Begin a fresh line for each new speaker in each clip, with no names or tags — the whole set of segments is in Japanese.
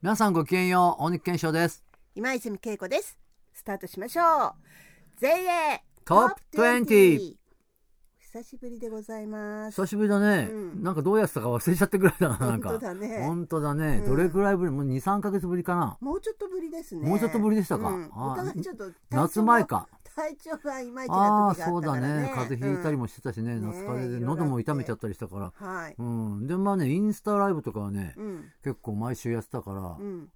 皆さんごきげんよう、大肉健翔です。
今泉恵子ですスタートしましょう全英
トップ20
久しぶりでございます
久しぶりだね。
うん
なんかどうやってたか忘れちゃったぐらい だな、なん
本
か。
当だね
本当だね。
うん
どれぐらいぶりもう2、3ヶ月ぶりかな。
もうちょっとぶりですね
もうちょっとぶりでしたか
うん
あ
お互いちょっと体調が
夏前か。
体調がいまいち
あ
な
あ、
時があ
そ
っ
う
たか
だ
らね
ね。風邪ひいたり
も、
もしてたしね、
ん
夏風邪で
ねえ
喉も痛めちゃったりしたから。
うんはい
うん。で、まあね、インスタライブとかはね、
うん
結構毎週やってたから、
うん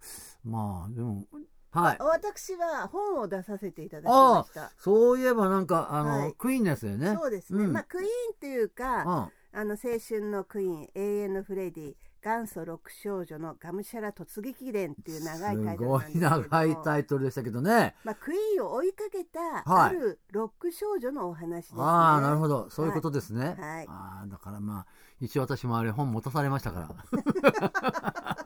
まあ、でも、はい。
私は本を出させていただきました
そういえばなんか、あの、
はい
クイーンのやつだよね。
そうですね、
うん
まあクイーンっていうか
うん。
あの青春のクイーン永遠のフレディ元祖六少女のがむしゃら突撃伝っていう長いタ
す
イトルなん
ご
です
い
けど
長いタイトルでしたけどね。
まあクイーンを追いかけた
はい
あるロック少女のお話ですね、
ああ、なるほど。そういうことですね。
はい
ああ、だからまあ、一応私もあれ本持たされましたから。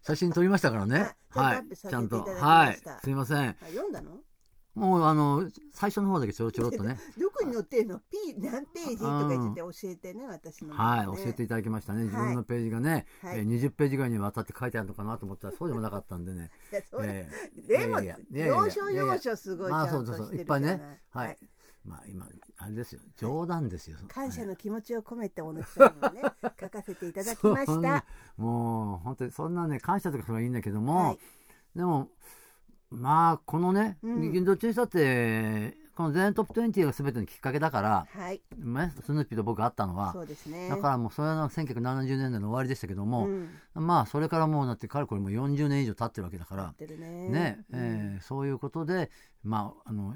写真撮りましたからね。
は
はいい。
ち
ち
ゃ
ゃ
ん
ん
とア
と。
ップさせていた
は
だきま
い
した。
すいません。
あ読んだの
もうあの、最初の方だけちょろちょろっと ね。
どこに載ってるの P 何ページとか言ってて教えてね私の、ね、
はい。教えていただきましたね。自分のページがね、
はい
えー20ページぐらいにわたって書いてあるのかなと思ったら、そうでもなかったんでね。
いやそうだ
え
でも
いやいやいやいや
要所要所すごいち
ま
ゃ
あそ
ん
う
と
そうそう
して
いっ
るじ
ぱ
ゃ
い
ない、
ねはい、まあ今あれですよ冗談ですよ、
感謝
はい
の気持ちを込めておのさん にね書かせていただきま
そ
し
んな
た
もう本当にそんなね感謝とかそれはいいんだけども、
はい
でもまあこのね、
うん
どっちにしたってこの全トップ20が全てのきっかけだから、
はい
ねスヌーピーと僕会ったのは
そうですね
だからもうそれは1970年代の終わりでしたけども、
うん
まあそれからもうだってかれこれもう40年以上経ってるわけだから
やってるね
ね、
うん
えーそういうことでまああの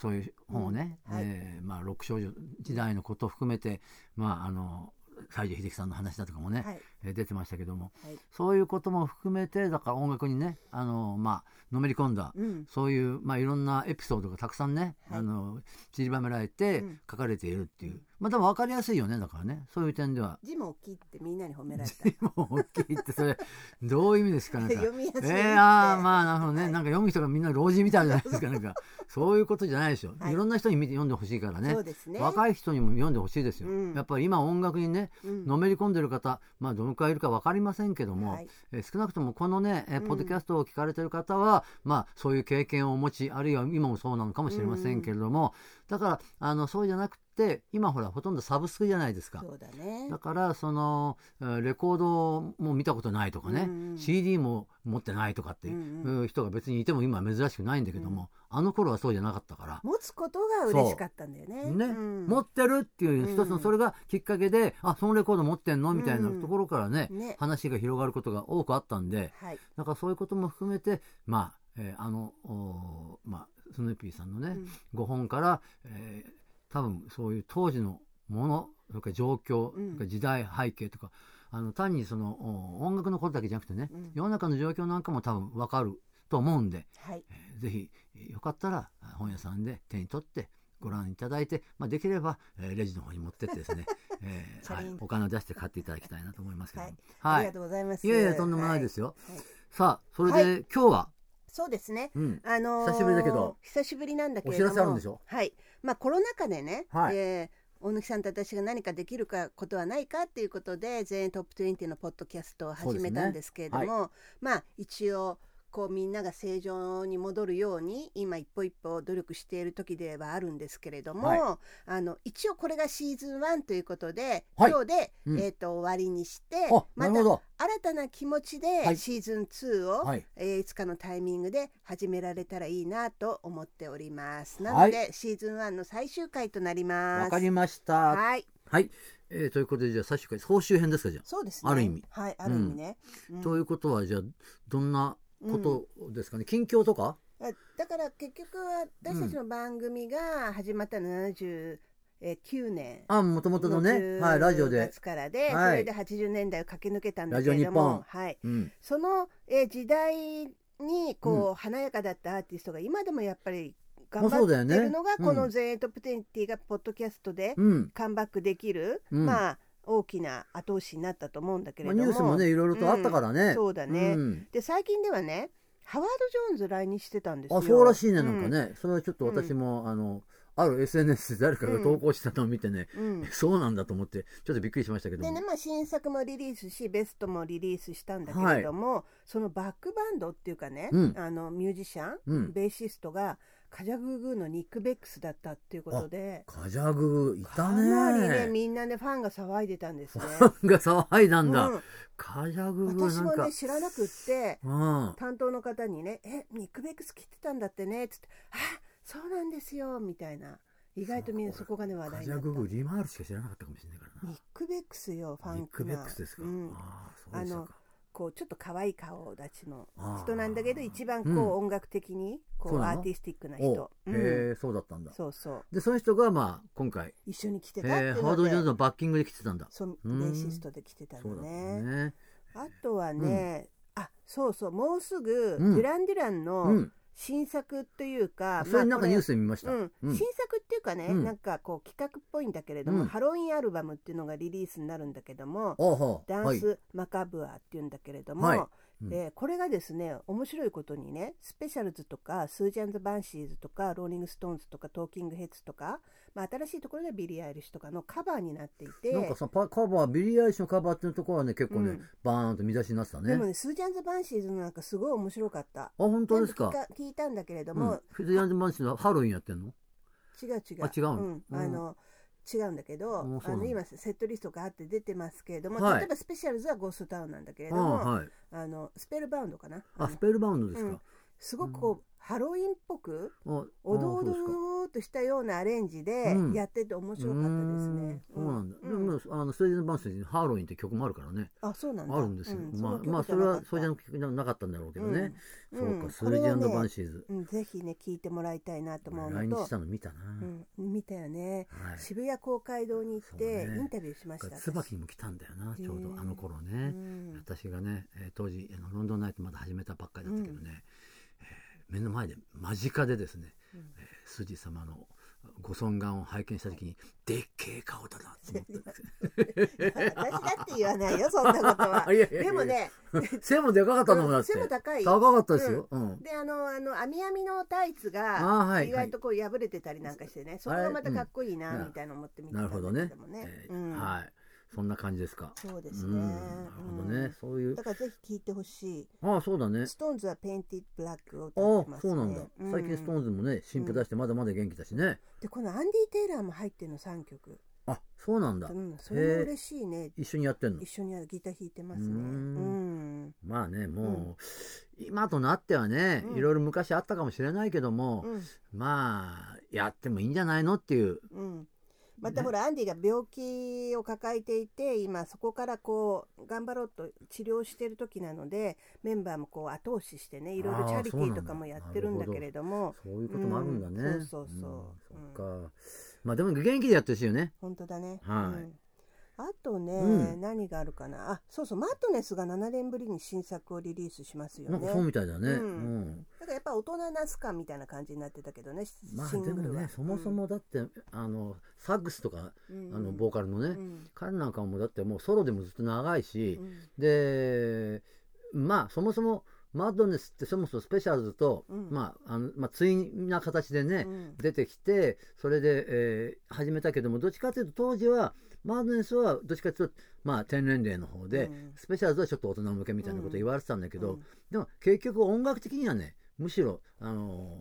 そういう本をね、
うんはい
えーまあ、六少女時代のことを含めて、まあ、あの西城秀樹さんの話だとかもね、
はい
えー出てましたけども
はい
そういうことも含めてだから音楽にねあの、まあのめり込んだ、
うん
そういう、まあ、いろんなエピソードがたくさんね、
はい
あの散りばめられて
うん
書かれているっていう、まあ多分分かりやすいよねだからねそういう点では。
字も大きいってみんなに褒められた
もう大きいってそれどういう意味です かなんか
読みやすい
えー、あー
あ
まあなるほどね、なんか読む人がみんな老人みたいじゃないですかなんかそういうことじゃないでしょ、
はい
い、ろんな人に見て読んでほしいからね
そうですね
若い人にも読んでほしいですよ、
うん
やっぱり今音楽にね
うん
のめり込んでる方、まあ、どのくらいいるか分かりませんけども、
はい
えー少なくともこのね、えー
うん
ポッドキャストを聞かれてる方は、まあ、そういう経験をお持ちあるいは今もそうなのかもしれませんけれども、だからあのそうじゃなくて今ほらほとんどサブスクじゃないですか
そ。うだね
だからそのえーレコードも見たことないとかね、
うんうん
CD も持ってないとかっていう
うん
う人が別にいても今は珍しくないんだけども、あの頃はそうじゃなかったから。
持つことが嬉しかったんだよね
ね
うん
持ってるっていう一つ
う
の
ん
それがきっかけで、あそのレコード持ってんのみたいなところからね、
ね
話が広がることが多くあったんで
はい
だからそういうことも含めてまあ、えーあのおーまあ、スヌーピーさんのね、
うん
5本から、えー多分そういう当時のものそれから状況、
うん
それから時代背景とかあの単にそのお音楽のことだけじゃなくてね、
うん
世の中の状況なんかも多分分かると思うんで、
はい
えーぜひえーよかったらあ本屋さんで手に取ってご覧いただいて、まあ、できれば、えーレジの方に持ってってですね、えー
チャ
はい
リン、
お金を出して買っていただきたいなと思いますけども、
あ
は
り
い
がとうございます
いやいやとんでもないですすよ、
はいはい
さあそれで、
は
今日は、
そうですね
うん、
あのー
久しぶりだけど
久しぶりなんだけれど
お
も
知らせあるんでしょ
はいまあコロナ禍でね、
はい
えー大貫さんと私が何かできるかことはないかっていうことで全員トップ20のポッドキャストを始めたんですけれども、まあ一応こうみんなが正常に戻るように今一歩一歩努力している時ではあるんですけれども、
はい
あの一応これがシーズン1ということで、
はい
今日で、
うん
えー、と終わりにして
あ
ま
なる
た
ほど、
新たな気持ち
は
で
い
シーズン2を、
はい
えーいつかのタイミングで始められたらいいなと思っております。な
は
の
い
で、シーズン1の最終回となります。
わかりましたはい、
はい、
えーということでじゃあ最終回総集編ですかじゃあ、
そうですね。
ある意味
はい、ある意味ね。うん
ということはじゃあどんなことですかね、近況とか
あだから結局は私たちの番組が始まったの79年。
あもともとのね、はい、ラジオで
月、からで、
はい
それで80年代を駆け抜けたんだけれども
ラジオ日本、
はい、
うん、
その、えー時代にこう、華やかだったアーティストが今でもやっぱり頑張
まあそうだ
っ
よ
て
ね
るのが、
うん
この「全英トップ20」がポッドキャストで
うん
カムバックできる、
うん
まあ大きな後押しになったと思うんだけれ
まあ、
ども,、
ニュースもねいろいろとあったからね、
うんそうだね
ん
で最近ではねハワード・ジョーンズ来日してたんですよ
あそうらしいねな
うん
かね、それはちょっと私も、あのある SNS で誰かが投稿したのを見てね、
うん
そうなんだと思ってちょっとびっくりしましたけど
で
も、
ねまあ、新作もリリースしベストもリリースしたんだけれども、そのバックバンドっていうかね、
うん
あのミュージシャン、
うん
ベーシストがカジャグーグーのニック・ベックスだったっていうことで
カジャグーいた
か
ね
なりねみんなねファンが騒いでたんですね。
ファンが騒いだんだ、
うん
カジャグーグー
私
なん
も
か
ね知らなくって
うん
担当の方にね「えニック・ベックス切ってたんだってね」っつって「あそうなんですよ」みたいな意外とみんなそこがね話題
カ
に
ジ
な
ャ
った
グーグーリマールしか知らなかったかもしれないから
ニック・ベックスよフ
な
ァ
ニ
ン
ック・
クな
ベックスですか、
うん
ああそうでしたか
こうちょっと可愛い顔立ちの
あー
人なんだけど一番こう、
うん
音楽的にこ
そう
う
な
ア
の
ーティスティックな
お
人、
へ
うん
えそうだったんだ
そうそう
でその人がまあ今回
一緒に来て
へ
たってい
え
う
ハー
の
ドジ
で
ョーンズのバッキングで来てたんだ
そう
う
ベ
ん
ーシストで来てた
そうだ
の
った
ね
ね
あとはね、あそうそうもうすぐ、
うん
デュラン・デュラン
う
の
ん
新作というか、
それなんかニュースで見まし
ま
た
あこれうん
うん
新作っていうかね、
うん
なんかこう企画っぽいんだけれども、
うん
ハロウィンアルバムっていうのがリリースになるんだけども、
あは
ダ
は
ン
い
スマカブアっていうんだけれども、
はいうん
えーこれがですね面白いことにねスペシャルズとかスージャンズ・バンシーズとかローリング・ストーンズとかトーキング・ヘッズとか、まあ、新しいところでビリー・アイリッシュとかのカバーになっていて
なんかさパカバービリー・アイリッシュのカバーっていうところはね結構ね、
うん
バーンと見出しになってたね
でもねスージャンズ・バンシーズのなんかすごい面白かった。
あ本当ですか
全部聞聞いたんだけれど
う
も、
ん、フィズ・ヤンズ・マンシーのハロウィンやってんの
違う違う
あ違うの
ん
うん
あの違うんだけど、
あそう
あ
なん
の
だ
今セットリストがあって出てますけれども、
はい
例えばスペシャルズはゴーストタウンなんだけれ
あ
ども、
はい
あのスペルバウンドかな
あ
の
スペルバウンドですか、
すごくこう、ハロウィンっぽく
ああ
おど
そ
お
う
ど
ですか
おどとしたようなアレンジで
うん
やってて面白かったですね。
うーんそうなんだ。
うん
でもあのステージのバンスにハロウィンって曲もあるからね。
あ、そうなんだ。
あるんですよ。
う
まあまあそれはそれじゃなくなかったんだろうけどね。。
の
そう
曲
か、
だ
スージャ
なか
ン
ったうんうん
ド
これは
バ
ね
ンシーズ。
うんぜひね聞いてもらいたいなと思う
来日
の
した
と、
の見たな。
うん、見たよね。
はい。
渋谷公会堂に行って
そうね
インタビューしました。
なんか
私
椿も来たんだよな。ちょう
へ
ど
ー
あの頃
う
ね。
ん
私がね、えー当時あのロンドンナイトまだ始めたばっかりだったけどね。えー目の前で間近でですね、
うん
えー、筋様のご尊顔を拝見した時にでっけえ顔だなと思ったんですよ。。
私だって言わないよそんなこと は
いやいやいや
でもね、
背もでかかったのもんだって。
背も高い
高かったですよ。うん。
であのあの網網のタイツ
あ
が。
ーはい。
意
は
外
い
とこう破れてたりなんかしてね、そこがまたかっこいいなみたいな思って見てた
なるほど
んだ
ね
けどもね。
えー
うん
はい。そんな感じですか。
そうです
う
ね。
んなるほどね。
うん
そういう
だ。からぜひ聞いてほしい。
ああ、そうだね。
ストーンズはペインティッドブラックを
ああ
歌ってま、す
そ
ね。
うなんだ。最近ストーンズもね、新譜出してまだまだ元気だしね。
でこのアンディ・テイラーも入ってるの3曲。
あ、そうなんだ
う。ん、それも嬉しいね。
一緒にやってんの
一。緒にあるギター弾いてます
う
ね。うんん。
まあね、もう、今となってはね、
うん
いろいろ昔あったかもしれないけども、
うん。
まあ、やってもいいんじゃないのっていう。
うん。またほら、アンディが病気を抱えていて今そこからこう頑張ろうと治療してる時なのでメンバーもこう後押ししてねいろいろチャリティーとかもやってるんだけれども
そういうこともあるんだね。
うんそうそうそう
うんそっか。まあでも元気でやってほしいよね。
本当だね、
はい
うんあとね、
うん
何があるかなあそうそうマットネスが7年ぶりに新作をリリースしますよ
な
ね
んかそうみたいだね。う
うん
ん。
だからやっぱ大人なすかみたいな感じになってたけどね、
まあ
シ
で
ング
も
ルは
ね、そもそ、もだって、あの、サックスとか、
うん
あの、ボーカルのね、
うん
彼なんかもだってもうソロでもずっと長いし
う、ん
で、まあそもそも、マッドネスってそもそもスペシャルズと、
うん
まあ、あの、まあ、対な形でね、
うん
出てきて、それで、えー始めたけども、どっちかというと当時は、マードネスはどっちかというと、まあ、低年齢の方で、
うん
スペシャルズはちょっと大人向けみたいなこと言われてたんだけど、
うん
でも結局音楽的にはね、むしろ、あの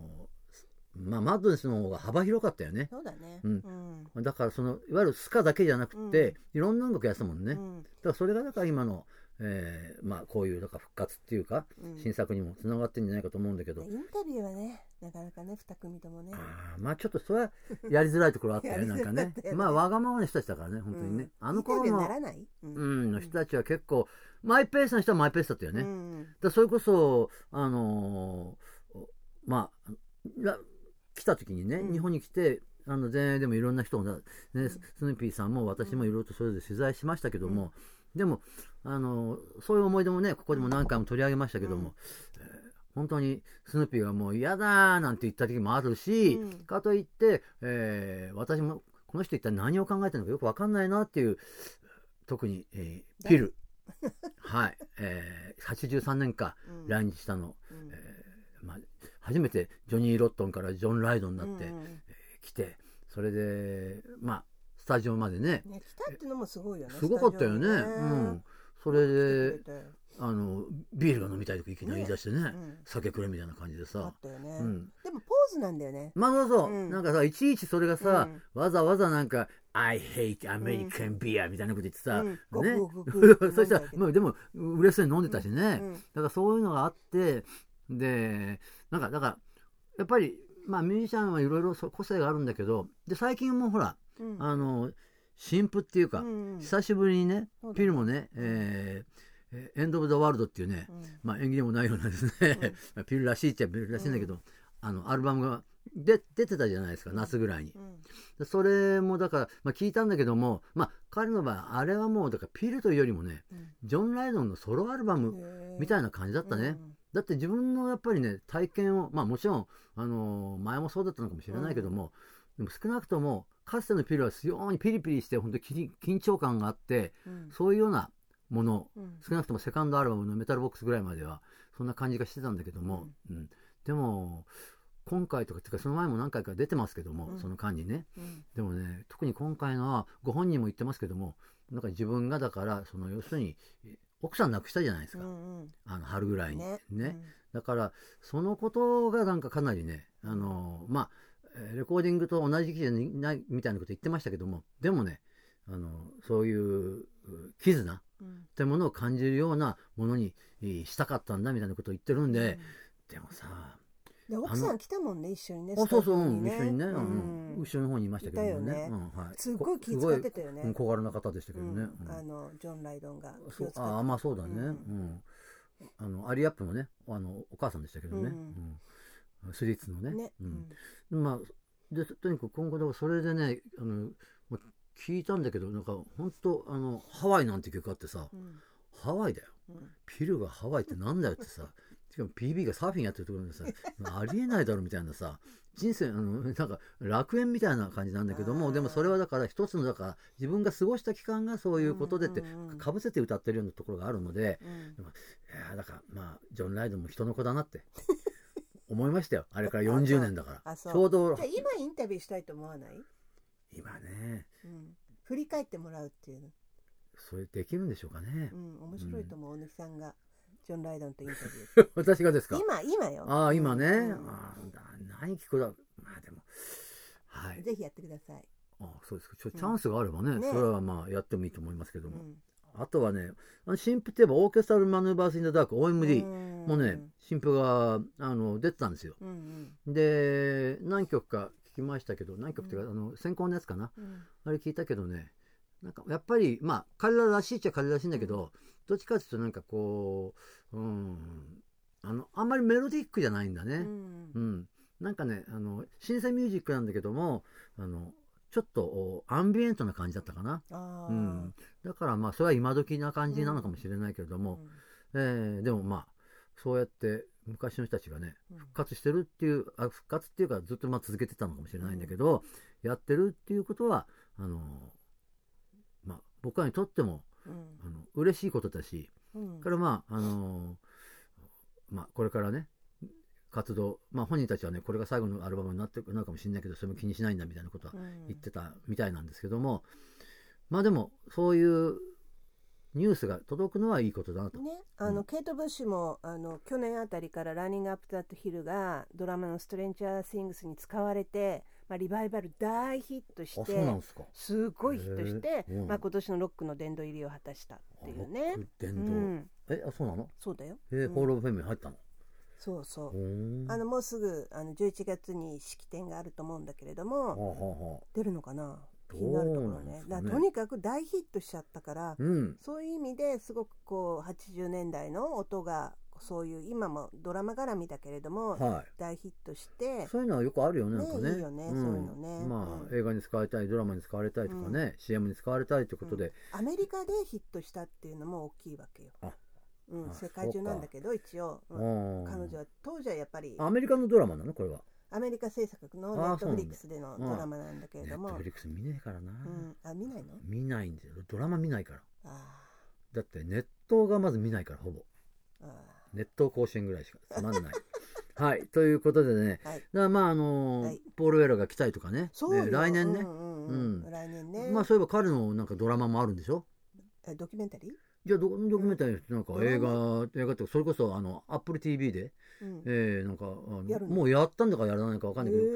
ーまあ、マッドネスの方が幅広かったよね。
そうだね、
うん
うん
だからその、いわゆるスカだけじゃなくて、いろんな音楽やってたもんね。
う
だか
ん
らそれがだから今の、えーまあこういう、だから復活っていうか、
うん
新作にもつながってんじゃないかと思うんだけど、
インタビューはねなかなかね二組ともね
あーまあちょっとそれはやりづらいところあったよね
や
なん
りづ
から
かっ
ね
たよね
まあわがままな人たちだからね本当にね、あの頃
インタビューにな
の
らない、うん
うんの人たちは結構マイペースな人はマイペースだったよね、
う
だか
ん
らそれこそあのーまあら来た時にね、
うん
日本に来てあの前衛でもいろんな人をね、スヌーピーさんも私もいろいろとそれぞれ取材しましたけども、でもあのーそういう思い出もねここでも何回も取り上げましたけども、えー本当にスヌーピーがもう嫌だーなんて言った時もあるし、
うん
かといって、えー私もこの人一体何を考えてるのかよく分かんないなっていう特に、えーピルはい、えー83年か
うん
来日したの、
うん
えーまあ、初めてジョニー・ロットンからジョン・ライドンになって
うん
きて、それでまあスタジオまでね
ね来たってのもすごいよね
すごかったよね
スタジオ
う
に
んそれで
来てくれて
あのビールが飲みたいとかいきなり言い出してね
うん
酒くれみたいな感じで
あ
さ
っ、たよね、
うん、
でもポーズなんだよね
まあそうそう、
うん
なんかさいちいちそれがさ、
うん
わざわざなんか「I hate American beer」みたいなこと言ってさ、
うんごく
ね
ごくご く
そしたら
飲んだけど
まあでも嬉しそうに飲んでたしね、
うん
だからそういうのがあってでなんかだからやっぱりまあミュージシャンはいろいろそう個性があるんだけどで最近もほら、
うん
あの新婦っていうか、
うん
久しぶりにね
そうだね
ピルもね、えーエンド・オブ・ザ・ワールド」っていうね、
うん
まあ縁起でもないようなです ね、ピルらしいっちゃピルらしいんだけど、あのアルバムがで出てたじゃないですか夏ぐらいに
う。ん
でそれもだから、まあ、聞いたんだけども、まあ、彼の場合あれはもうだからピルというよりもね
うん
ジョン・ライドンのソロアルバム みたいな感じだったね、
うん
だって自分のやっぱりね体験をまあもちろん、あのー前もそうだったのかもしれないけども、でも少なくともかつてのピルは非常にピリピリして本当に緊緊張感があって
うん
そういうようなもの
うん
少なくともセカンドアルバムのメタルボックスぐらいまではそんな感じがしてたんだけども、うんでも今回とかっていうかその前も何回か出てますけども、
うん
その間にね
うん
でもね特に今回のはご本人も言ってますけどもなんか自分がだからその要するにえ奥さん亡くしたじゃないです
う
か、
んうん
あの春ぐらいにね
ね
だからそのことがなんかかなりねあのまあえーレコーディングと同じ時期じゃないみたいなこと言ってましたけどもでもねあのそういうう絆っ
うん
てものを感じるようなものにえーしたかったんだみたいなことを言ってるんで、でもさ
で奥さん来たもんね一緒にね
あそうそう、うん
ス
一
タ
緒
ジオ
にね、う
うんん
後ろの方にいましたけどもね
いたよね
うんはい、
すっごい気遣ってたよね
うん小柄な方でしたけ
う
どね。
ん
うん
あのジョン・ライドンが気
そ
を
う
使って
ああまあそうだね。う
うん
ん。あのアリアップのねあのお母さんでしたけどね。
う
うんスリッツのね。
ね
うんまあでとにかく今後だからそれでねあのまあ聞いたんだけどなんか本当あのハワイなんて曲あってさ
うん
ハワイだよ。
うん
ピルがハワイってなんだよってさ。しかも PB がサーフィンやってるところでさありえないだろみたいなさ人生あのなんか楽園みたいな感じなんだけど
あ
も
ー
でもそれはだから一つのだから自分が過ごした期間がそういうことでって
うんうん
かぶせて歌ってるようなところがあるので
うん
いやだからまあジョン・ライドンも人の子だなって思いましたよあれから40年だから
あ
ち
そう
ょうど
じゃあ今インタビューしたいと思わない、
今ね
うん、振り返ってもらうっていうの、
それできるんでしょうかね
うん、面白いと思う、大貫さんがジョン・ライドンとインタビ
私がです
ュー
か
今今よ
ああ今ね、
うん
ああない聞くだまあでもはい
ぜひやってください、
ああそうですかちょ
うん
チャンスがあればね,、
ね
それはまあやってもいいと思いますけ
う
ども、
ん、
あとはねあの新婦といえばオーケストラル・マヌーバース・イン・ザ・ダーク OMD、もうね新婦があの出てたんですよ
うんうん
で何曲か聞きましたけど何曲っていうか、あの先行のやつかな
うん
あれ聞いたけどねなんかやっぱりまあ彼ららしいっちゃ彼ららしいんだけど、どっちかっていうとなんかこううんあのあんまりメロディックじゃないんだ
う
ね
ん
うん、なんかねあのシンセミュージックなんだけどもあのちょっとおアンビエントな感じだったかな、
あ
う
ー
ん、だからまあそれは今時な感じなのかもしれないけれども、えーでもまあそうやって昔の人たちがね
うん
復活してるっていうあ復活っていうかずっとまあ続けてたのかもしれないんだけど、やってるっていうことはあのまあ僕らにとっても
うん
あの嬉しいことだし
うん
からまああのまあこれからね活動まあ本人たちはねこれが最後のアルバムになってなるかもしれないけどそれも気にしないんだみたいなことは
うん
言ってたみたいなんですけども、まあでもそういうニュースが届くのはいいことだなと。
ね、あの、
うん
ケイト・ブッシュもあの去年あたりから「ランニング・アップ・ザ・ヒル」がドラマの「ストレンチャー・シングス」に使われて、まあ、リバイバル大ヒットし
あそうなん
て
ですか
すごいヒットして、
へーうん
まあ、今年のロックの殿堂入りを果たしたっていう
あ
ね
ロック
う
殿堂、
ん、
えあそうなの
そうだよ
えー、ホールオブフェムに入ったの、
そうそうう、
ーん
あのもうすぐあの11月に式典があると思うんだけれど
はあ
も、
はあはあ
出るのかな気
どう
になるとこ
な
ろ
んです
ね
かね
だからとにかく大ヒットしちゃったから、
うん
そういう意味ですごくこう80年代の音がそういう今もドラマ絡みだけれども、
は
大ヒットし
い
て
そういうのはよくあるよねなんかね
ねいいよねそういうのね
まあ、
うん
映画に使われたりドラマに使われたりとかね、
う
CM に使われたりということで、
アメリカでヒットしたっていうのも大きいわけよ
あ。
うん、
あ
世界中なんだけど一応、
あ
うん
ー
彼女は当時はやっぱり
アメリカのドラマなのこれは
アメリカ制作のネ
あ
ッ
ーそ
ト
うなん
フ
だ
リックスでのドラマなんだけれ
ネ
ど
ット
も
フ、リックス見ねえからな、
うん、あ見ないの
見ないんだよドラマ見ないから
あ
だってネットがまず見ないからほぼ
ーあ
ネット甲子園ぐらいしかつまんないはい、ということでね、
は
だ
い
からまああのー
はい
ポール・ウェラが来たいとかね
そうよ
ね来年ね、
うんうん
う
うん来年ね。
まあそういえば彼のなんかドラマもあるんでしょ
えドキュメンタリー
じゃあドドキュメンタリーなんか
ドラ
映画映画ってそれこそあの AppleTV で、
うん
えー、なんかあの
やるの
もうやったんだかやらないのかわかんないけど、
へ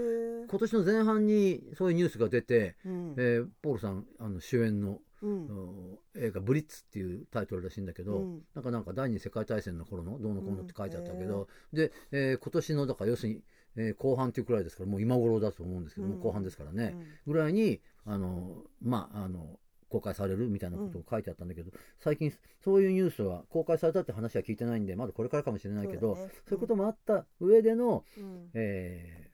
え
今年の前半にそういうニュースが出て、
うん
えーポールさんあの主演の、
うん
あの映画「ブリッツ」っていうタイトルらしいんだけど、
うん
なんかなんか第二次世界大戦の頃のどうのこうのって書いてあったけど、で、えー今年のだから要するに、えー後半っていうくらいですからもう今頃だと思うんですけど、もう
うん
後半ですから
う
ね、
ん
ぐらいにあのまああの公開されるみたいなことを書いてあったんだけど、最近そういうニュースは公開されたって話は聞いてないんでまだこれからかもしれないけどそう,、
そうだね
いうこともあった上での、
うん
えー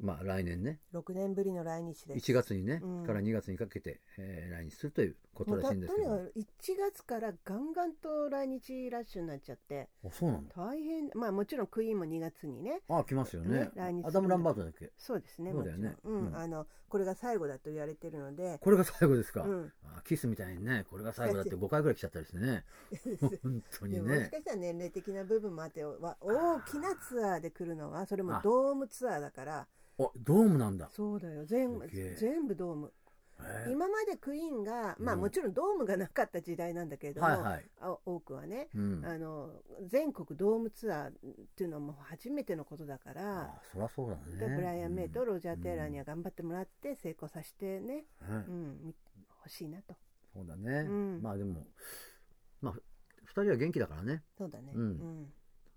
まあ来年ね
六年ぶりの来日です。
1月にね、
うん
から2月にかけて、えー来日するということ
もう
らし
たと
いんで
にか
すけど、
く1月からガンガンと来日ラッシュになっちゃって
あそうなんだ
大変まあもちろんクイーンも2月にね
あ来ますよね
ね来日
アダム・ランバートだっけ
そうですね
そうだよね
もちろんうん
うん
あのこれが最後だと言われてるので、
これが最後ですか、
うん、
あキスみたいにねこれが最後だって5回ぐらい来ちゃったりして ね 本当
で
に
ももし
ね
かしたら年齢的な部分もあってわ大きなツアーで来るのはそれもドームツアーだから
あドームなんだ、
そうだよ全
すげえ
全部ドーム
えー
今までクイーンがまあ
うん
もちろんドームがなかった時代なんだけれども、
はいはい、
あ多くはね
うん、
あの全国ドームツアーっていうのはもう初めてのことだから
あ。そりゃそうだ
で
ね
ブライアン・メイとロジャー・テイラー
うん
には頑張ってもらって成功させてね、
うんね
うん、み欲しいなと。
そうだね、
うん
まあでもまあ2人は元気だからね
そうだね。
う
うんん。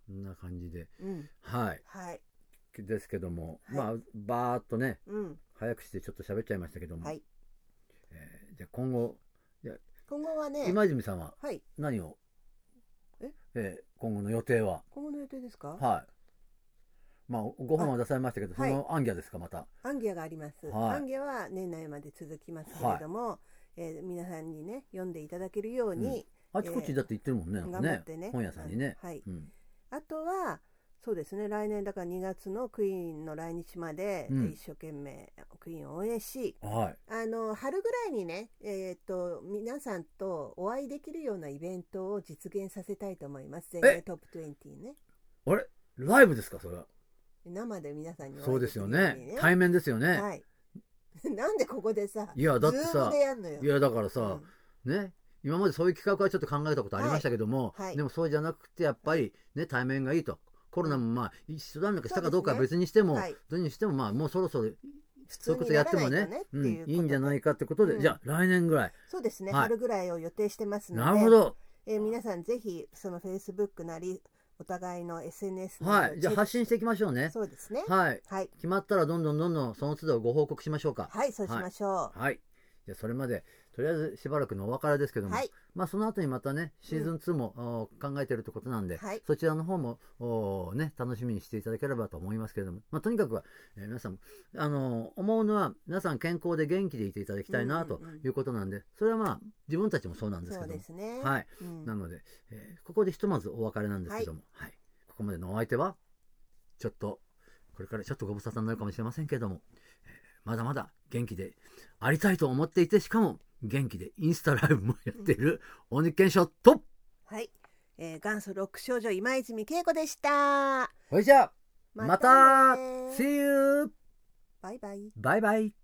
こんな感じで
うん。
はい
はい。
ですけども、
はい
まあバーっとね
うん。
早口でちょっと喋っちゃいましたけども、
はい。
えーじゃあ今後
今後はね、
今泉さんは
はい。
何を
え
ー今後の予定は
今後の予定ですか
はいまあご飯は出されましたけどそ
はい
のアンギャですかまた
アンギアがあります。
はい
アンギアは年内まで続きますけれども、えー皆さんにね、読んでいただけるように、
あちこちだって行ってるもんね,、なんか
頑張ってね。
本屋さんにね
あのはい。
うん
あとは、そうですね、来年だから2月のクイーンの来日まで、
うん
一生懸命クイーンを応援し、
はい
あの春ぐらいにね、えっと皆さんとお会いできるようなイベントを実現させたいと思います。全米トップ20ね。
あれライブですかそれは
生で皆さんにお
そ
会
う
い
で
ですき
よ
るようにね。
ね対面ですよね、
はい なんでここでさ、
いやだってさ
ズームでやんのよ。
いやだからさ、
うん
ね今までそういう企画はちょっと考えたことありましたけども、
はいはい
でもそうじゃなくてやっぱりね対面がいいとコロナもまあ一段落したかどうかは
そうで
別にしても、
はい
どうにしてもまあもうそろそろ
普
そういうことやってもね
通にならないと
うん、
ねって
いい
いうこと
んじゃないかってことで、
うん
じゃあ来年ぐらい、
そうですね、
はい
春ぐらいを予定してますので。
なるほど
えー皆さんぜひそのフェイスブックなりお互いの SNS な
は
りを
いじゃあ
チェック
発信していきましょうね
そうですね。
はい
はい
決まったらどんどんどんどんその都度ご報告しましょうか
はいそうしましょう。は
はいじゃあそれまでとりあえずしばらくのお別れですけど
い、
も、まあ、その後にまたねシーズン2も、お考えてるってことなんで、
はい
そちらの方もおね楽しみにしていただければと思いますけれども、まあ、とにかくは、えー皆さんあのー思うのは皆さん健康で元気でいていただきたいな
うんう
と
んうん
いうことなんで、それはまあ自分たちもそうなんですけ
そう
ども
ですね。
はい
うん
なので、えーここでひとまずお別れなんですけども、はいここまでのお相手はちょっとこれからちょっとご無沙汰になるかもしれませんけれども、えーまだまだ元気でありたいと思っていてしかも元気でインスタライブもやっている大西健翔と
はい、えー、元祖ロック少女今泉恵子でした。
それじゃあまた
ね
See you!
バイバイ。
バイバイ